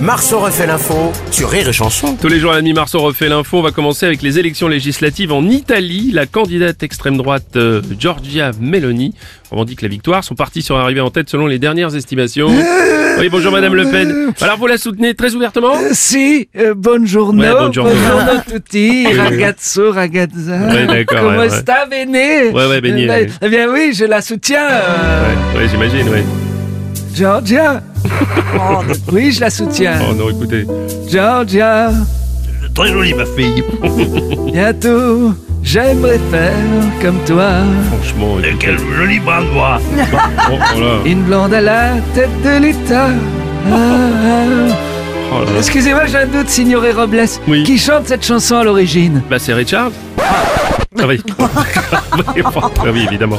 Marceau refait l'info sur Rire et Chanson. Tous les jours à la mi-mars, on refait l'info. On va commencer avec les élections législatives en Italie. La candidate extrême droite euh, Giorgia Meloni revendique la victoire. Son parti sera arrivé en tête selon les dernières estimations. Oui, bonjour Madame Le Pen. Alors vous la soutenez très ouvertement Si, euh, buongiorno, Ouais, buongiorno. buongiorno, tutti, ragazzo, ragazza. Ouais, d'accord, Comment ouais, ouais. sta, bene Ouais, ouais, bene, Eh ben- ouais. Eh bien oui, je la soutiens, Ouais, euh, ouais, j'imagine, ouais. Georgia. Oh, oui, je la soutiens. Oh non, écoutez. Georgia, Très jolie ma fille. bientôt, j'aimerais faire comme toi. Franchement, écoutez. Quel joli bras de bois oh, oh là, Une blonde à la tête de l'État. Ah, ah. oh là là. Excusez-moi, j'ai un doute, Signoré Robles. Oui. Qui chante cette chanson à l'origine Bah c'est Richard. Ah oui. Ah oui, évidemment.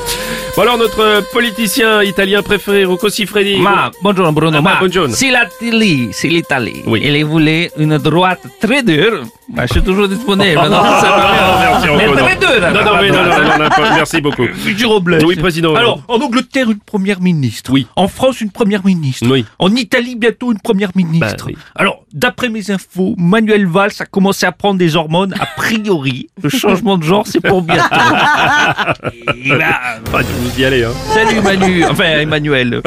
Bon alors notre euh, politicien italien préféré, Rocco Siffredi. Ma, bonjour Bruno, Ah, ma, buongiorno. si l'Italie, si l'Italie, Oui. et vous voulez une droite très dure, bah, je suis toujours disponible. non, ça Ah, va bien. merci Rocco. Mais non. très dure Non, non, mais non, non, non, non, pas- merci beaucoup. Futur Robles. Oui, président. Alors, en Angleterre, une première ministre. Oui. En France, une première ministre. Oui. En Italie, bientôt une première ministre. Bah, oui. Alors, d'après mes infos, Manuel Valls a commencé à prendre des hormones. A priori, le changement de genre, c'est pour bientôt. Et bah, Pas de vous y aller, hein. salut Manu, enfin Emmanuel.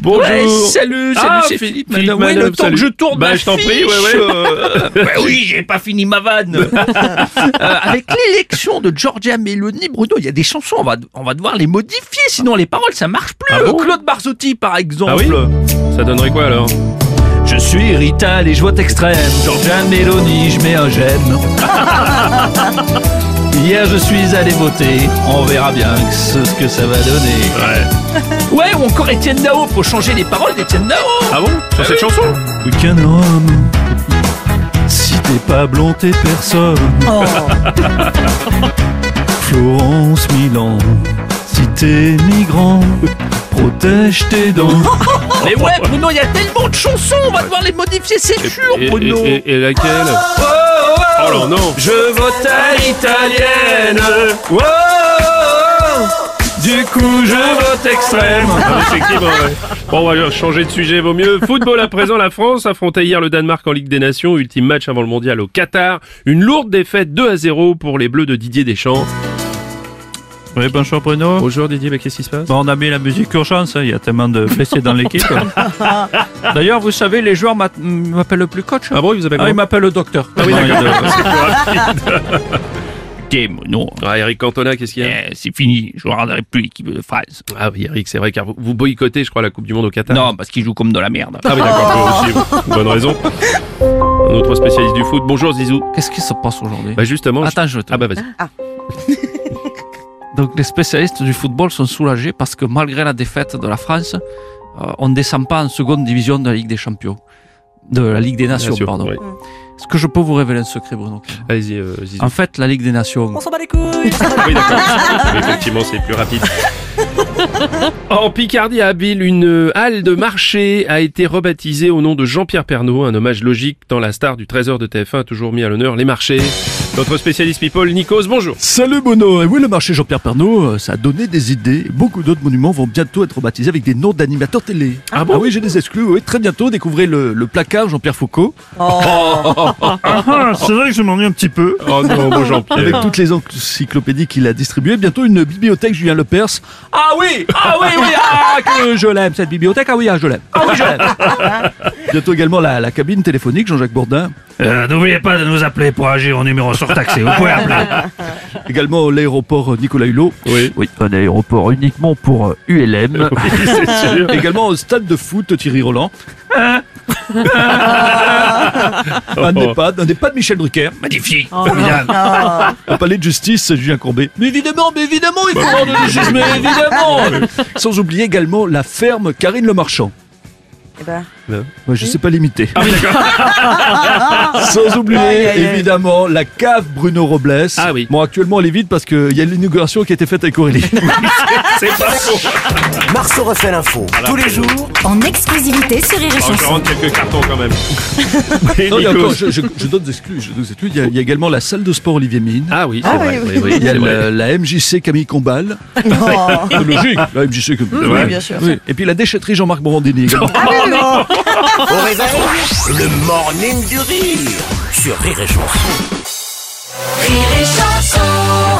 Bonjour. Ouais, salut, salut, Ah, c'est Philippe Philippe. Madame, ouais, Madame, le temps salut. que je tourne Bah, ma je t'en prie, ouais, fiche, ouais. euh, bah oui, j'ai pas fini ma vanne. Euh, avec l'élection de Georgia Meloni, Bruno, il y a des chansons, on va, on va devoir les modifier, sinon les paroles, ça marche plus. Ah Euh, bon Claude Barzotti, par exemple. Ah oui Ça donnerait quoi alors Je suis Rital et je vote extrême. Georgia Meloni, je mets un j'aime. Hier, je suis allé voter. On verra bien ce ce que ça va donner. Ouais. Ouais, ou encore Étienne Dao, faut changer les paroles d'Étienne Dao. Ah bon Eh Sur cette chanson Aucun homme. Si t'es pas blond, t'es personne. Florence Milan. Si t'es migrant, protège tes dents. Mais ouais, Bruno, il y a tellement de chansons, on va devoir les modifier, c'est sûr, et, Bruno. et- et- et laquelle Oh, oh, Oh oh. là non Je vote à l'italienne. Oh, oh, oh. Du coup, je vote extrême. Ah, Effectivement, ouais. Bon, on va changer de sujet, vaut mieux. Football à présent, la France affrontait hier le Danemark en Ligue des Nations, ultime match avant le mondial au Qatar. Une lourde défaite 2 à 0 pour les Bleus de Didier Deschamps. Oui, bonjour Bruno. Bonjour Didier, mais qu'est-ce qui se passe Bon, on a mis la musique urgence, hein, il y a tellement de blessés dans l'équipe. D'ailleurs, vous savez, les joueurs m'att- m'appellent plus coach. Ah bon, il vous appelle Ah, ils comment m'appellent le docteur. Ah oui, Non, il y a d'accord. de- C'est plus rapide. Ok, Bruno, Ah, Eric Cantona, qu'est-ce qu'il y a eh, c'est fini, je regarderai plus l'équipe de France. Ah oui, Eric, c'est vrai, car vous, vous boycottez, je crois, la Coupe du Monde au Qatar. Non, parce qu'il joue comme de la merde. Ah oui, d'accord, vous aussi, vous. bonne raison. Notre spécialiste du foot, bonjour Zizou. Qu'est-ce qui se passe aujourd'hui Bah justement, je- Attends, je Ah, te... ah bah vas-y. Donc, les spécialistes du football sont soulagés parce que malgré la défaite de la France, euh, on ne descend pas en seconde division de la Ligue des Champions. De la Ligue des Nations, Bien sûr, pardon. ouais. Est-ce que je peux vous révéler un secret, Bruno Allez-y, euh, Zizou. En fait, la Ligue des Nations, Ah oui, d'accord. Effectivement, c'est plus rapide. En Picardie, à Abbeville, une halle de marché a été rebaptisée au nom de Jean-Pierre Pernaud, un hommage logique tant la star du trésor de TF1 a toujours mis à l'honneur les marchés. Notre spécialiste people, Nikos, bonjour. Salut Bono Et oui, le marché Jean-Pierre Pernaut, euh, ça a donné des idées. Beaucoup d'autres monuments vont bientôt être rebaptisés avec des noms d'animateurs télé. Ah, oui, j'ai des exclus. Oui, très bientôt, découvrez le, le placard Jean-Pierre Foucault Ah, c'est vrai que je m'ennuie un petit peu. Oh non, bon Jean-Pierre. avec toutes les encyclopédies qu'il a distribuées. Bientôt, une bibliothèque Julien Lepers. Ah oui Ah oui, oui Ah, que je l'aime, cette bibliothèque Ah oui, ah, je l'aime Ah oui, je l'aime Bientôt également la, la cabine téléphonique Jean-Jacques Bourdin. Euh, N'oubliez pas de nous appeler pour agir au numéro surtaxé. Vous pouvez appeler. Également l'aéroport Nicolas Hulot. Oui, Oui, un aéroport uniquement pour euh, ULM. oui, c'est sûr. Également au stade de foot Thierry Roland. Ah. Un EHPAD, un EHPAD Michel Drucker. Magnifique. Formidable. Au palais de justice, Julien Courbet. Mais évidemment, mais évidemment, il faut rendre les juges, mais évidemment Sans oublier également la ferme Karine Le Marchand. Hein Eh ben, Moi, je sais pas l'imiter. Ah oui, d'accord. Sans oublier, Aïe, aïe, aïe. évidemment, la cave Bruno Robles. Ah oui. Bon, actuellement, elle est vide parce qu'il y a l'inauguration qui a été faite avec Aurélie. C'est pas faux. Marceau refait l'info tous les jours En exclusivité sur Rire Oh, et je Chanson. rentre quelques cartons quand même. Et Non, il y a Nico. encore- je, je- je donne des exclus. je donne des exclus. Il, y a, il y a également la salle de sport Olivier Mine. Ah oui, c'est Ah vrai. oui, oui, oui, il y a c'est vrai. la, la MJC Camille Combal. non. C'est logique. La MJC Camille vrai. Oh. Oui, bien sûr. Oui. Et puis la déchetterie Jean-Marc Morandini. également. Ah oui, non. au réveil. Le morning du rire sur Rire et Chanson. Rire et Chanson.